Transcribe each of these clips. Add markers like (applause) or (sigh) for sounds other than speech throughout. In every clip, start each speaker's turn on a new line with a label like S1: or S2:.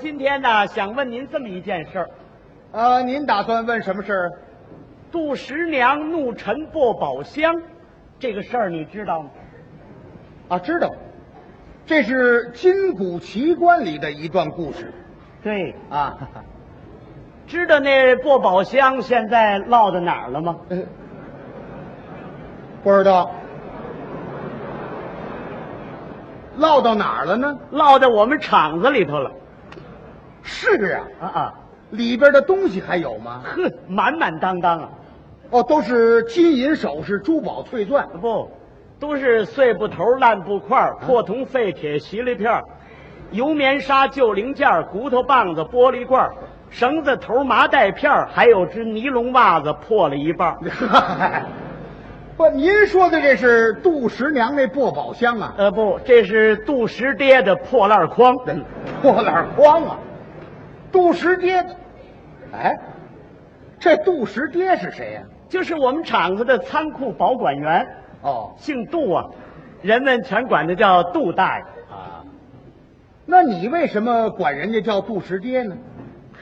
S1: 今天呢，想问您这么一件事儿：
S2: 呃，您打算问什么事儿？
S1: 杜十娘怒沉薄宝箱，这个事儿你知道吗？
S2: 啊，知道，这是《金谷奇观》里的一段故事
S1: 对，
S2: 啊。 (laughs)
S1: 知道那薄宝箱现在落在哪儿了吗？
S2: 呃不知道，落到哪儿了呢？
S1: 落在我们厂子里头了。
S2: 是啊，
S1: 啊啊，
S2: 里边的东西还有吗？
S1: 呵，满满当当啊！
S2: 哦，都是金银首饰、珠宝、翠钻。 (laughs)
S1: 不，都是碎布头、烂布块儿、破铜、废铁、锡粒片儿、油棉纱、旧零件儿、骨头棒子、玻璃罐儿、绳子头、麻袋片儿，还有只尼龙袜子破了一半儿。
S2: 不，您说的这是杜十娘那破宝箱啊，
S1: 呃，不，这是杜十爹的破烂筐。
S2: 嗯破烂筐啊，杜十爹的。哎，这杜十爹是谁呀、
S1: 就是我们厂子的仓库保管员，
S2: 哦
S1: 姓杜啊，人们全管他叫杜大爷。
S2: 啊，那你为什么管人家叫杜十爹呢？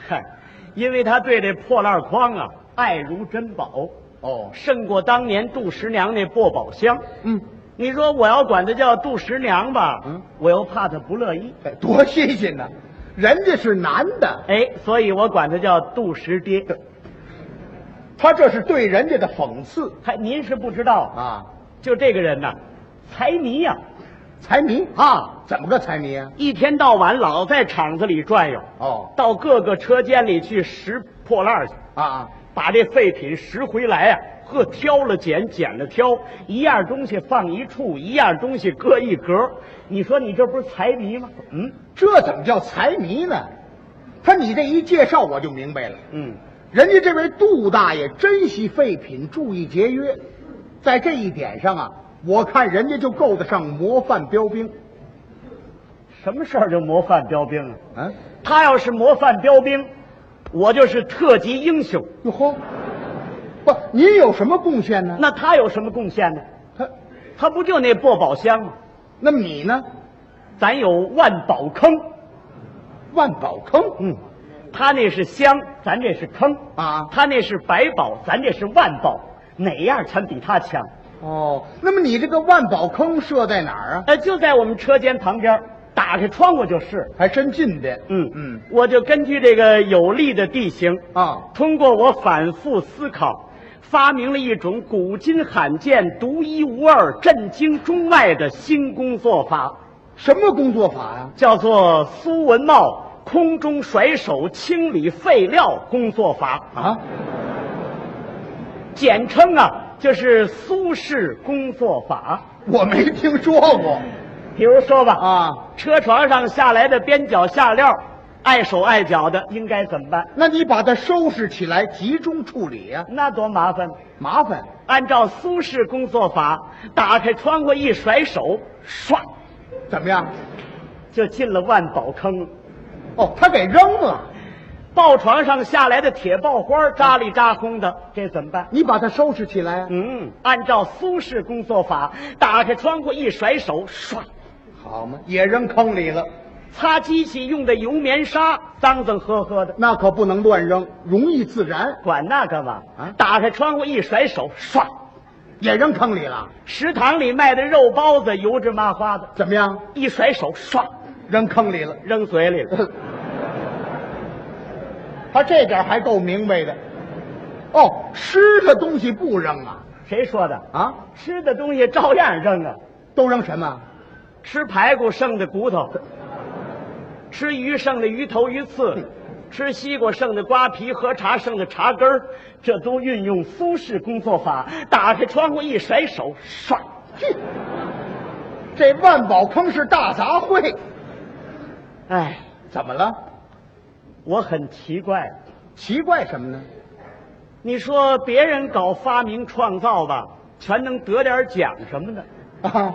S1: 嗨，因为他对这破烂筐啊爱如珍宝，
S2: 哦，
S1: 胜过当年杜十娘那破宝箱。
S2: 嗯，
S1: 你说我要管他叫杜十娘吧，
S2: 嗯
S1: 我又怕他不乐意，
S2: 哎多新鲜呐！人家是男的，
S1: 哎，所以我管他叫杜十爹。
S2: 他这是对人家的讽刺
S1: 嗨，您是不知道，
S2: 啊！
S1: 就这个人呐，财迷啊呀、
S2: 财迷，
S1: 啊
S2: 怎么个财迷啊？
S1: 一天到晚老在厂子里转悠，
S2: 哦
S1: 到各个车间里去拾破烂儿去，
S2: 啊，
S1: 把这废品拾回来啊，呵，挑了捡，捡了挑，一样东西放一处，一样东西搁一格。你说你这不是财迷吗？嗯
S2: 这怎么叫财迷呢？他你这一介绍我就明白了，
S1: 嗯，
S2: 人家这位杜大爷珍惜废品，注意节约，在这一点上啊，我看人家就够得上模范标兵。
S1: 什么事儿就模范标兵啊？
S2: 嗯、啊，
S1: 他要是模范标兵，我就是特级英雄。
S2: 哟呵，不，您有什么贡献呢？
S1: 那他有什么贡献呢？
S2: 他，
S1: 他不就那破宝箱吗？
S2: 那么你呢？
S1: 咱有万宝坑。
S2: 万宝坑，
S1: 嗯，他那是香，咱这是坑
S2: 啊
S1: 他那是百宝，咱这是万宝，哪样全比他强？
S2: 哦，那么你这个万宝坑设在哪儿啊？
S1: 呃，就在我们车间旁边，打开窗户就是。
S2: 还真近的。
S1: 嗯
S2: 嗯
S1: 我就根据这个有利的地形，
S2: 啊，
S1: 通过我反复思考，发明了一种古今罕见、独一无二、震惊中外的新工作法，
S2: 什么工作法呀、
S1: 叫做苏文茂空中甩手清理废料工作法。
S2: 啊？
S1: 简称啊，就是苏式工作法。
S2: 我没听说过
S1: 比如说吧，
S2: 啊。
S1: 车床上下来的边角下料，碍手碍脚的，应该怎么办？
S2: 那你把它收拾起来，集中处理呀、
S1: 那多麻烦！
S2: 麻烦。
S1: 按照苏式工作法，打开窗户一甩手，唰，
S2: 怎么样？
S1: 就进了万宝坑。
S2: 哦，他给扔了，
S1: 抱床上下来的铁爆花，扎里扎轰的，这怎么办？
S2: 你把它收拾起来、
S1: 嗯，按照苏式工作法，打开窗户一甩手，唰，
S2: 好嘛，也扔坑里了。
S1: 擦机器用的油棉纱，脏脏呵呵的。
S2: 那可不能乱扔，容易自燃，
S1: 管那干嘛？
S2: 啊
S1: 打开窗户一甩手，唰！
S2: 也扔坑里了。
S1: 食堂里卖的肉包子油脂麻花的，
S2: 怎么样？
S1: 一甩手，唰，
S2: 扔坑里了。
S1: 扔嘴里了。
S2: 他这点还够明白的。哦，湿的东西不扔啊
S1: 谁说的？
S2: 啊，
S1: 吃的东西照样扔啊！
S2: 都扔什么？
S1: 吃排骨剩的骨头，吃鱼剩的鱼头鱼刺，吃西瓜剩的瓜皮，喝茶剩的茶根儿，这都运用苏式工作法。打开窗户一甩手，唰！
S2: 哼，这万宝坑是大杂烩，
S1: 哎，
S2: 怎么了？
S1: 我很奇怪。
S2: 奇怪什么呢？
S1: 你说别人搞发明创造吧，全能得点奖什么的。
S2: 啊，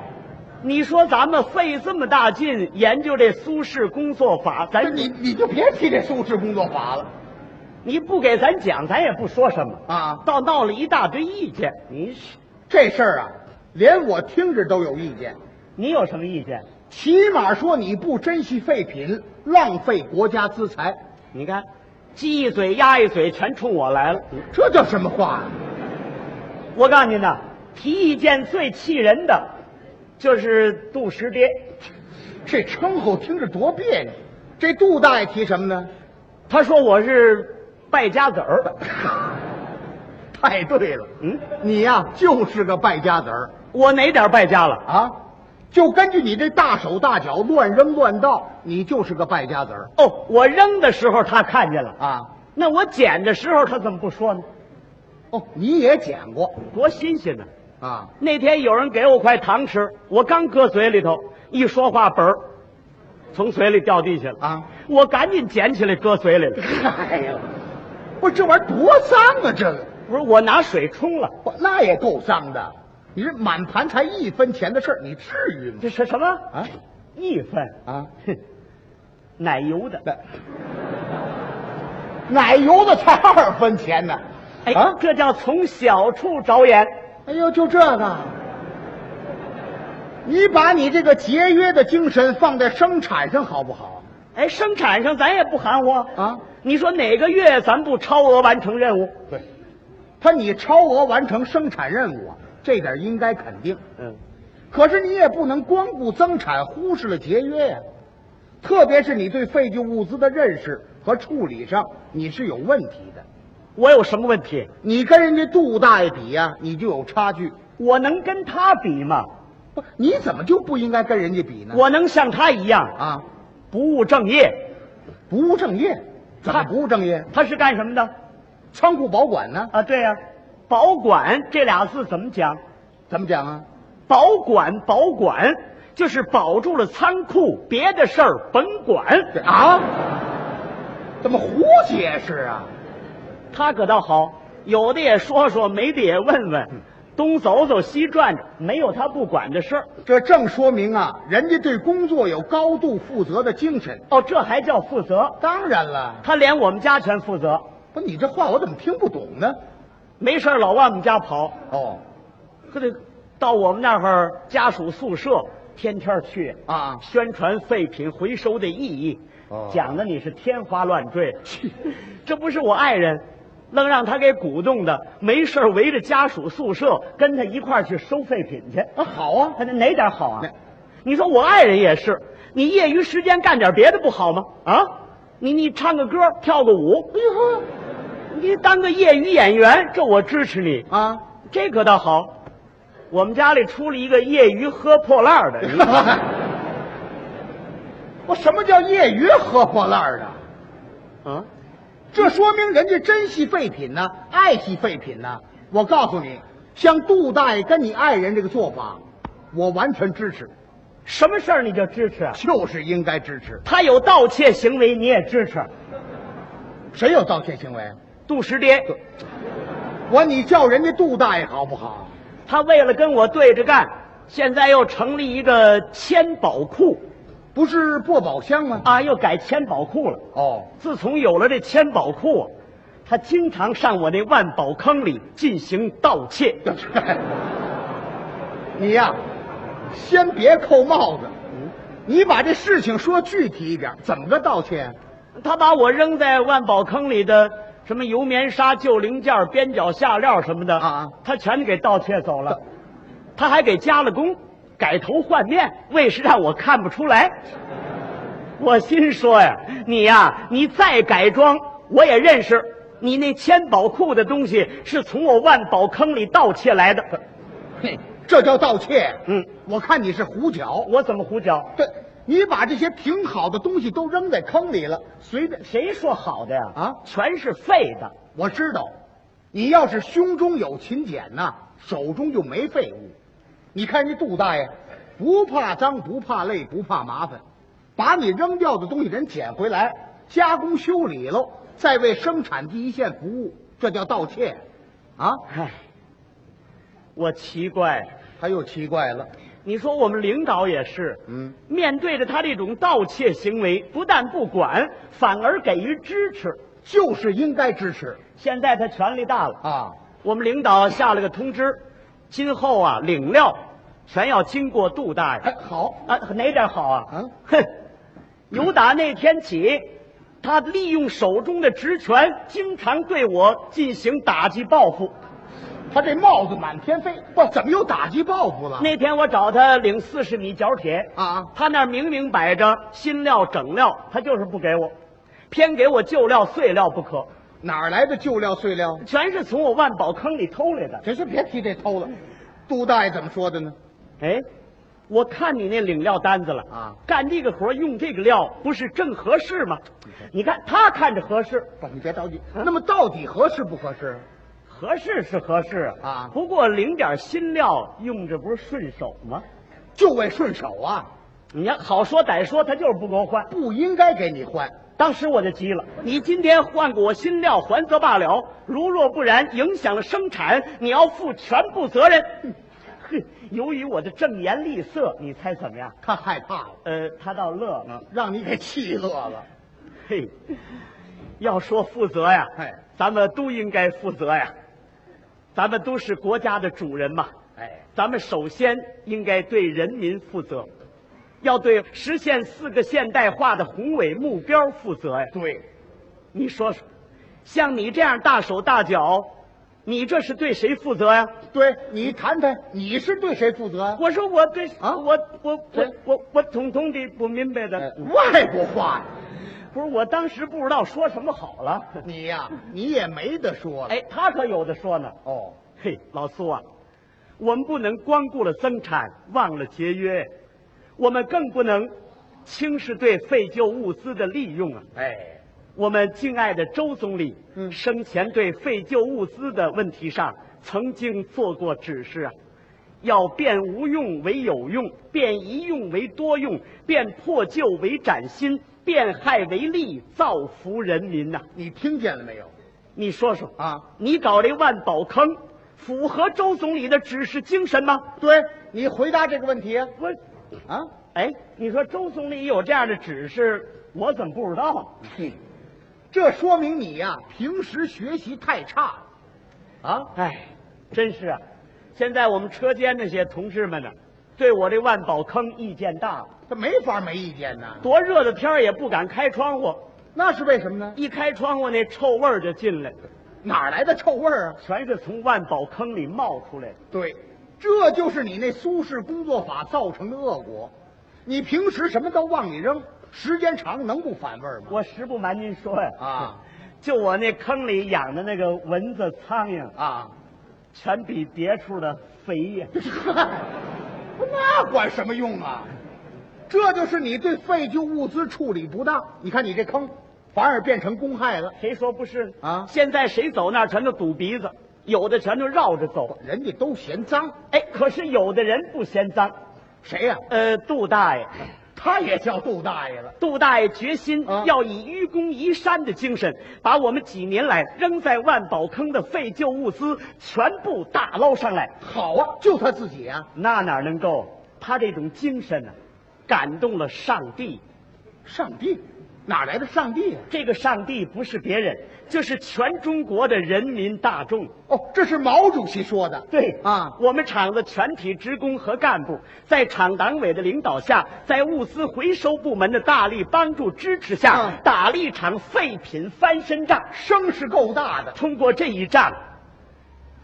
S1: 你说咱们费这么大劲研究这苏式工作法，
S2: 那
S1: 咱
S2: 哎你你就别提这苏式工作法了
S1: 你不给咱讲，咱也不说什么，
S2: 啊！
S1: 倒闹了一大堆意见。你是
S2: 这事儿啊，连我听着都有意见。
S1: 你有什么意见？
S2: 起码说你不珍惜废品，浪费国家资财，
S1: 你看，鸡一嘴鸭一嘴，全冲我来了。
S2: 这叫什么话呀、
S1: 我告诉您呐，提意见最气人的，就是杜十爹。
S2: 这称呼听着多别扭。这杜大爷提什么呢？
S1: 他说我是败家子儿。
S2: 太对了，
S1: 嗯，
S2: 你呀、就是个败家子儿
S1: 我哪点败家了？
S2: 啊！就根据你这大手大脚乱扔乱倒，你就是个败家子儿
S1: 哦，我扔的时候他看见了啊，
S2: 啊！
S1: 那我捡的时候他怎么不说呢？
S2: 哦，你也捡过
S1: 多新鲜呢！
S2: 啊？
S1: 那天有人给我块糖吃，我刚搁嘴里头，一说话本儿从嘴里掉地下了
S2: 啊！
S1: 我赶紧捡起来搁嘴里了。
S2: 哎呀，不是这玩意儿多脏啊！这个
S1: 不是我拿水冲了，
S2: 不那也够脏的。你这满盘才一分钱的事儿，你至于吗？
S1: 这是什么？
S2: 啊
S1: 一分
S2: 啊！
S1: 奶油的。
S2: 奶油的才二分钱呢！
S1: 哎，
S2: 啊，
S1: 这叫从小处着眼。
S2: 哎呦，就这个，你把你这个节约的精神放在生产上好不好？
S1: 哎，生产上咱也不含糊
S2: 啊。
S1: 你说哪个月咱不超额完成任务？
S2: 对，他你超额完成生产任务啊，这点应该肯定。
S1: 嗯，
S2: 可是你也不能光顾增产，忽视了节约呀、特别是你对废旧物资的认识和处理上，你是有问题的。
S1: 我有什么问题？
S2: 你跟人家杜大爷比呀、你就有差距。
S1: 我能跟他比吗？
S2: 不，你怎么就不应该跟人家比呢？
S1: 我能像他一样
S2: 啊，
S1: 不务正业？
S2: 不务正业，怎么不务正业？
S1: 他是干什么的？
S2: 仓库保管呢？
S1: 啊，对呀、保管这俩字怎么讲？
S2: 怎么讲啊？
S1: 保管，保管，就是保住了仓库，别的事儿甭管。
S2: 这啊，怎么胡解释啊？
S1: 他可倒好，有的也说说，没的也问问，东走走西转转，没有他不管的事儿。
S2: 这正说明啊，人家对工作有高度负责的精神。
S1: 哦，这还叫负责？
S2: 当然了，
S1: 他连我们家全负责，
S2: 不，你这话我怎么听不懂呢？
S1: 没事儿老往我们家跑，
S2: 哦，
S1: 可得到我们那儿家属宿舍天天去
S2: 啊
S1: 宣传废品回收的意义，
S2: 哦
S1: 讲的你是天花乱坠。 (laughs) 这不是我爱人，愣让他给鼓动的，没事儿围着家属宿舍跟他一块儿去收废品去。 (laughs)
S2: 啊好啊，
S1: 他这哪点好啊
S2: 那？
S1: 你说我爱人也是，你业余时间干点别的不好吗？啊，你你唱个歌，跳个舞，
S2: 哎呦
S1: 你当个业余演员，这我支持你。
S2: 啊，
S1: 这可倒好，我们家里出了一个业余喝破烂儿的，你
S2: (laughs) 我什么叫业余喝破烂儿啊？
S1: 啊，
S2: 这说明人家珍惜废品呢、爱惜废品呢、我告诉你，像杜大爷跟你爱人这个做法，我完全支持，
S1: 什么事儿你就支持啊？
S2: 就是应该支持。
S1: 他有盗窃行为，你也支持？
S2: 谁有盗窃行为？
S1: 杜十爹，
S2: 我你叫人家杜大爷好不好？
S1: 他为了跟我对着干，现在又成立一个千宝库
S2: 不是破宝箱吗？
S1: 啊，又改千宝库了。
S2: 哦，
S1: 自从有了这千宝库啊，他经常上我那万宝坑里进行盗窃。
S2: 你呀、先别扣帽子，你把这事情说具体一点，怎么个盗窃啊？
S1: 他把我扔在万宝坑里的什么油棉纱、旧零件、边角下料什么的
S2: 啊啊
S1: 他全给盗窃走了。他还给加了工，改头换面，为是让我看不出来。我心说呀，你呀、你再改装，我也认识。你那千宝库的东西是从我万宝坑里盗窃来的，
S2: 嘿，这叫盗窃。
S1: 嗯，
S2: 我看你是胡搅。
S1: 我怎么胡搅？
S2: 对，你把这些挺好的东西都扔在坑里了，随着
S1: 谁说好的呀？
S2: 啊
S1: 全是废的。
S2: 我知道，你要是胸中有勤俭呐、手中就没废物。你看人家杜大爷，不怕脏，不怕累，不怕麻烦，把你扔掉的东西人捡回来，加工修理喽，再为生产第一线服务，这叫盗窃，啊！
S1: 唉，我奇怪。
S2: 他又奇怪了，
S1: 你说我们领导也是，
S2: 嗯，
S1: 面对着他这种盗窃行为，不但不管，反而给予支持。
S2: 就是应该支持
S1: 现在他权力大了，
S2: 啊！
S1: 我们领导下了个通知，今后啊，领料全要经过杜大
S2: 哎
S1: 爷。，
S2: 好，
S1: 啊，哪点好啊？
S2: 嗯
S1: 哼，由打那天起，他利用手中的职权，经常对我进行打击报复。
S2: 他这帽子满天飞，不，怎么又打击报复了？
S1: 那天我找他领四十米角铁
S2: 啊
S1: 他那儿明明摆着新料整料，他就是不给我，偏给我旧料碎料不可，
S2: 哪儿来的旧料碎料？
S1: 全是从我万宝坑里偷来的。
S2: 真是别提这偷了。杜大爷怎么说的呢？
S1: 哎，我看你那领料单子了
S2: 啊
S1: 干这个活儿用这个料不是正合适吗？
S2: 嗯
S1: 你看他看着合适，
S2: 不，你别着急。
S1: 嗯
S2: 那么到底合适不合适？
S1: 合适是合适
S2: 啊
S1: 不过领点新料用着不是顺手吗？
S2: 就为顺手啊，
S1: 你要好说歹说，他就是不给我换。
S2: 不应该给你换。
S1: 当时我就急了，你今天换给我新料，还则罢了；如若不然，影响了生产，你要负全部责任。哼哼，由于我的正言厉色，你猜怎么样？
S2: 他害怕了，
S1: 呃，他倒乐了。
S2: 让你给气乐了。
S1: 嘿，要说负责呀，
S2: 哎
S1: 咱们都应该负责呀，咱们都是国家的主人嘛。
S2: 哎，
S1: 咱们首先应该对人民负责，要对实现四个现代化的宏伟目标负责呀。
S2: 对，
S1: 你说说，像你这样大手大脚，你这是对谁负责呀？
S2: 对你谈谈，你是对谁负责啊？
S1: 我说我对
S2: 啊
S1: 我我我
S2: 对哎
S1: 我我统统的不明白的，
S2: 呃外国话呀，
S1: 不是我当时不知道说什么好了。
S2: 你呀、你也没得说了。
S1: 哎，他可有的说呢。
S2: 哦，
S1: 嘿，老苏啊，我们不能光顾了增产，忘了节约，我们更不能轻视对废旧物资的利用啊。
S2: 哎，
S1: 我们敬爱的周总理，
S2: 嗯
S1: 生前对废旧物资的问题上曾经做过指示啊，要变无用为有用，变一用为多用，变破旧为崭新，变害为利，造福人民呐、
S2: 你听见了没有？
S1: 你说说
S2: 啊，
S1: 你搞这万宝坑，符合周总理的指示精神吗？
S2: 对你回答这个问题啊
S1: 我，
S2: 啊，
S1: 哎，你说周总理有这样的指示，我怎么不知道啊？
S2: 嘿这说明你呀、平时学习太差了啊。
S1: 哎，真是啊！现在我们车间那些同事们呢，对我这万宝坑意见大了。
S2: 这没法没意见呐，
S1: 多热的天儿也不敢开窗户，
S2: 那是为什么呢？
S1: 一开窗户那臭味儿就进来了，
S2: 哪儿来的臭味儿啊？
S1: 全是从万宝坑里冒出来的。
S2: 对，这就是你那苏式工作法造成的恶果。你平时什么都往里扔，时间长能不反味儿吗？
S1: 我实不瞒您说呀，
S2: 啊
S1: (laughs) 就我那坑里养的那个蚊子、苍蝇，
S2: 啊， (laughs)
S1: 全比别处的肥呀。
S2: 那管什么用啊？这就是你对废旧物资处理不当。你看你这坑，反而变成公害了。
S1: 谁说不是呢
S2: 啊
S1: 现在谁走那儿全都堵鼻子，有的全都绕着走。
S2: 人家都嫌脏，
S1: 哎，可是有的人不嫌脏，
S2: 谁呀、
S1: 呃，杜大爷。
S2: 他也叫杜大爷了。
S1: 杜大爷决心
S2: 啊
S1: 要以愚公移山的精神，把我们几年来扔在万宝坑的废旧物资全部打捞上来。
S2: 好啊，就他自己啊，
S1: 那哪能够？他这种精神呢、感动了上帝。
S2: 上帝，哪来的上帝啊？
S1: 这个上帝不是别人，就是全中国的人民大众。
S2: 哦，这是毛主席说的。
S1: 对
S2: 啊
S1: 我们厂子全体职工和干部在厂党委的领导下，在物资回收部门的大力帮助支持下，
S2: 啊
S1: 打了一场废品翻身仗。
S2: 声势够大的，
S1: 通过这一仗，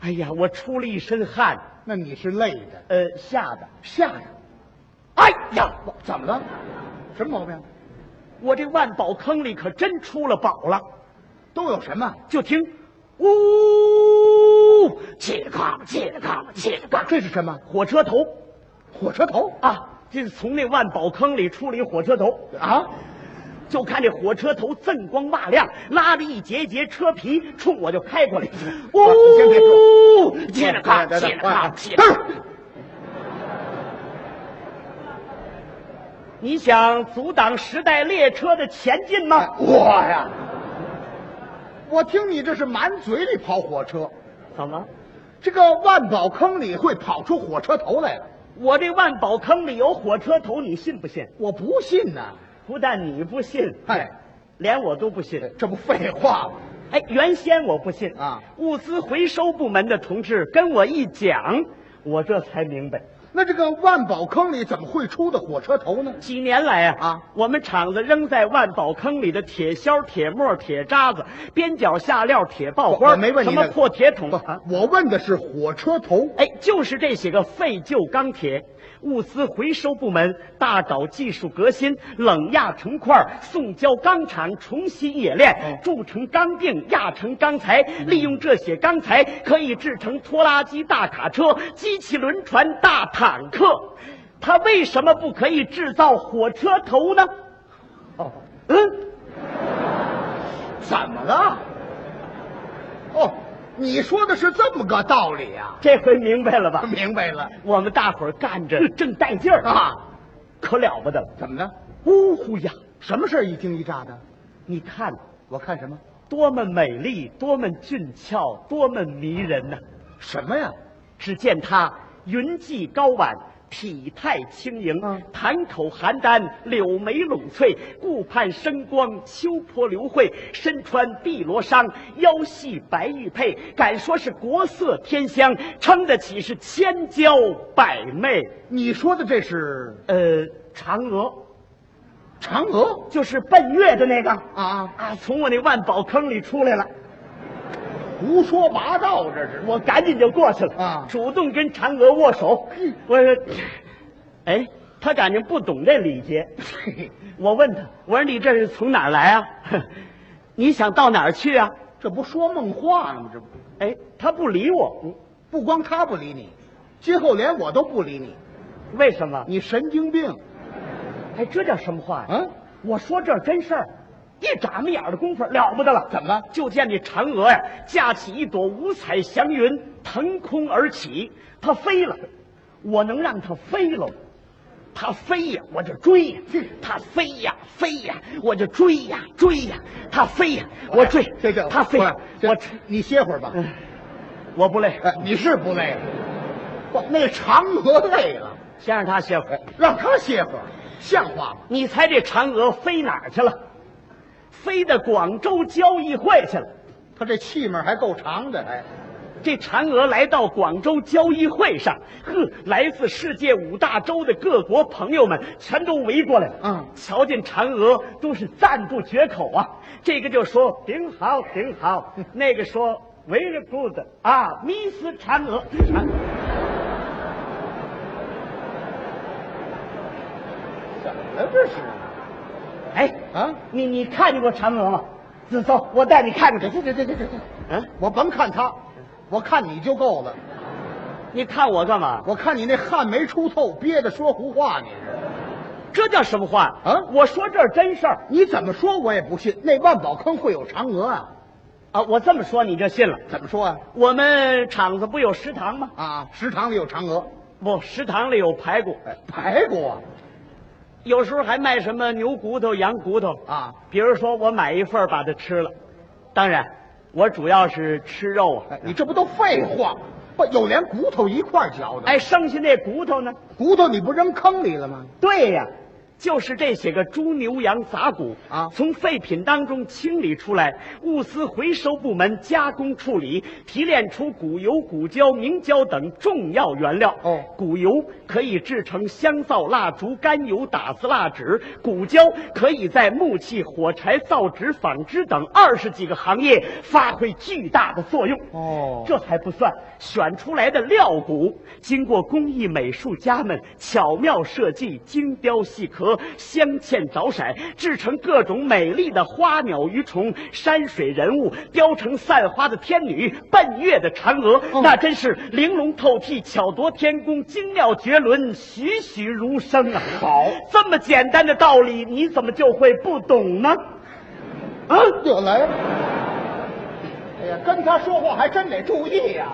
S1: 哎呀，我出了一身汗，
S2: 那你是累的。
S1: 呃，吓得，
S2: 吓人！
S1: 哎呀，
S2: 我怎么了？什么毛病？
S1: 我这万宝坑里可真出了宝了，
S2: 都有什么？
S1: 就听，呜，切咔切咔切咔，
S2: 这是什么？
S1: 火车头
S2: 火车头
S1: 啊，这是从那万宝坑里出了一火车头，
S2: 啊！
S1: 就看这火车头锃光瓦亮，拉着一节节车皮冲我就开过来，
S2: 你先别说
S1: 呜，切咔切咔切咔。
S2: 等
S1: 你想阻挡时代列车的前进吗？
S2: 哎我呀，我听你这是满嘴里跑火车，
S1: 怎么？
S2: 这个万宝坑里会跑出火车头来了？
S1: 我这万宝坑里有火车头，你信不信？
S2: 我不信呐！
S1: 不但你不信，
S2: 哎，
S1: 连我都不信。
S2: 这不废话吗？
S1: 哎，原先我不信
S2: 啊
S1: 物资回收部门的同志跟我一讲，我这才明白，
S2: 那这个万宝坑里怎么会出的火车头呢？
S1: 几年来啊，
S2: 啊
S1: 我们厂子扔在万宝坑里的铁锹、铁沫、铁渣子、边角下料、铁爆花，
S2: 我我没问你
S1: 什么
S2: 那个
S1: 破铁桶
S2: 不，
S1: 啊，
S2: 我问的是火车头。
S1: 哎，就是这些个废旧钢铁。物资回收部门大搞技术革新，冷轧成块，送交钢厂重新冶
S2: 哦
S1: 炼，铸成钢锭，压成钢材。
S2: 嗯
S1: 利用这些钢材，可以制成拖拉机、大卡车、机器轮船、大坦克。它为什么不可以制造火车头呢？
S2: 哦，
S1: 嗯，
S2: 怎么了？哦，你说的是这么个道理啊？
S1: 这回明白了吧？
S2: 明白了
S1: 我们大伙儿干着正带劲儿，
S2: 嗯啊？
S1: 可了不得了！
S2: 怎么的？
S1: 呜呼呀，
S2: 什么事儿一惊一乍的？
S1: 你看。
S2: 我看什么？
S1: 多么美丽，多么俊俏，多么迷人呐、
S2: 什么呀？
S1: 只见她云髻高挽，体态轻盈，
S2: 嗯
S1: 潭口含丹，柳眉拢翠，顾盼生光，秋波流慧，身穿碧罗裳，腰系白玉佩，敢说是国色天香，称得起是千娇百媚。
S2: 你说的这是
S1: 呃，嫦娥
S2: 嫦娥
S1: 就是奔月的那个
S2: 啊？
S1: 啊，从我那万宝坑里出来了。
S2: 胡说八道，这是
S1: 我赶紧就过去了
S2: 啊
S1: 主动跟嫦娥握手。我说，哎，他感情不懂这礼节。我问他，我说你这是从哪儿来啊？你想到哪儿去啊？
S2: 这不说梦话呢吗？这不
S1: 哎，他不理我，嗯
S2: 不光他不理你，今后连我都不理你，
S1: 为什么？
S2: 你神经病
S1: 哎，这叫什么话呀、
S2: 啊？
S1: 我说这是真事儿，一眨没眼儿的功夫，了不得了。
S2: 怎么
S1: 就见这嫦娥呀、架起一朵五彩祥云，腾空而起，它飞了。我能让它飞喽？它飞呀，我就追呀
S2: 哼；
S1: 它飞呀，飞呀，我就追呀，追呀；它飞呀，我追；
S2: 哎这这
S1: 它飞，
S2: 这
S1: 我追嗯
S2: 你歇会儿吧。
S1: 我不累，
S2: 哎，你是不累了，不，那嫦娥累了，
S1: 先让它歇会儿。
S2: 让她歇会儿，像话吗？
S1: 你猜这嫦娥飞哪儿去了？飞到广州交易会去了。
S2: 她这气门还够长的，还、
S1: 这嫦娥来到广州交易会上，呵，来自世界五大洲的各国朋友们全都围过来了。
S2: 嗯
S1: 瞧见嫦娥都是赞不绝口啊。这个就说挺好，挺好；那个说 very good 啊，Miss 嫦娥。啊
S2: 怎么了这是？
S1: 哎，
S2: 啊，
S1: 你你看见过嫦娥吗？子松，我带你看
S2: 这
S1: 看。
S2: 这这这这这，
S1: 嗯，
S2: 我甭看她，我看你就够了。
S1: 你看我干嘛？
S2: 我看你那汗没出透，憋得说胡话你，
S1: 这叫什么话
S2: 啊
S1: 我说这是真事儿
S2: 你怎么说我也不信。那万宝坑会有嫦娥啊？
S1: 啊！我这么说你就信了。
S2: 怎么说啊？
S1: 我们厂子不有食堂吗？
S2: 啊，食堂里有嫦娥，
S1: 不，食堂里有排骨，
S2: 哎，排骨啊，
S1: 有时候还卖什么牛骨头、羊骨头
S2: 啊。
S1: 比如说，我买一份儿把它吃了，当然，我主要是吃肉啊
S2: 哎。你这不都废话？不，有连骨头一块儿嚼的。
S1: 哎，剩下那骨头呢？
S2: 骨头你不扔坑里了吗？
S1: 对呀，就是这些个猪、牛、羊杂骨
S2: 啊
S1: 从废品当中清理出来，物资回收部门加工处理，提炼出骨油、骨胶、明胶等重要原料。
S2: 哦
S1: 骨油可以制成香皂、蜡烛、甘油、打字蜡纸；骨胶可以在木器、火柴、造纸、纺织等二十几个行业发挥巨大的作用。
S2: 哦
S1: 这还不算，选出来的料骨经过工艺美术家们巧妙设计、精雕细刻、镶嵌着色，制成各种美丽的花鸟鱼虫、山水人物，雕成散花的天女、奔月的嫦娥，
S2: 哦
S1: 那真是玲珑透剔、巧夺天工、精妙绝伦、栩栩如生啊！
S2: 好
S1: 这么简单的道理，你怎么就会不懂呢？啊，
S2: (laughs) 就来了。哎呀，跟他说话还真得注意呀、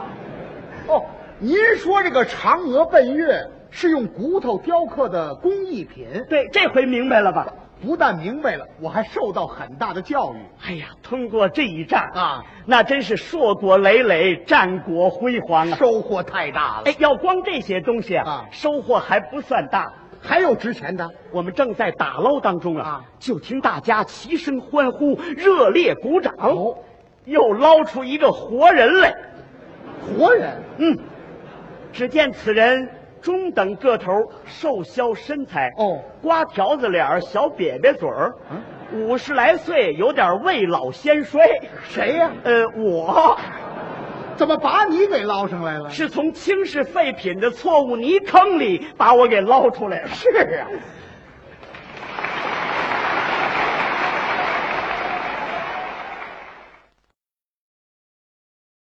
S2: 哦，您说这个嫦娥奔月是用骨头雕刻的工艺品，
S1: 对，这回明白了吧？
S2: 不但明白了，我还受到很大的教育。
S1: 哎呀，通过这一仗
S2: 啊，
S1: 那真是硕果累累，战果辉煌啊！
S2: 收获太大了。
S1: 哎，要光这些东西
S2: 啊
S1: 收获还不算大。
S2: 还有值钱的，
S1: 我们正在打捞当中啊，
S2: 啊
S1: 就听大家齐声欢呼，热烈鼓掌，
S2: 哦
S1: 又捞出一个活人来。
S2: 活人
S1: 嗯，只见此人中等个头，瘦削身材，
S2: 哦嗯
S1: 瓜条子脸儿，小瘪瘪嘴儿，五十来岁，有点未老先衰。
S2: 谁呀
S1: 呃，我
S2: 怎么把你给捞上来了？
S1: 是从轻视废品的错误泥坑里把我给捞出来。是
S2: 是啊，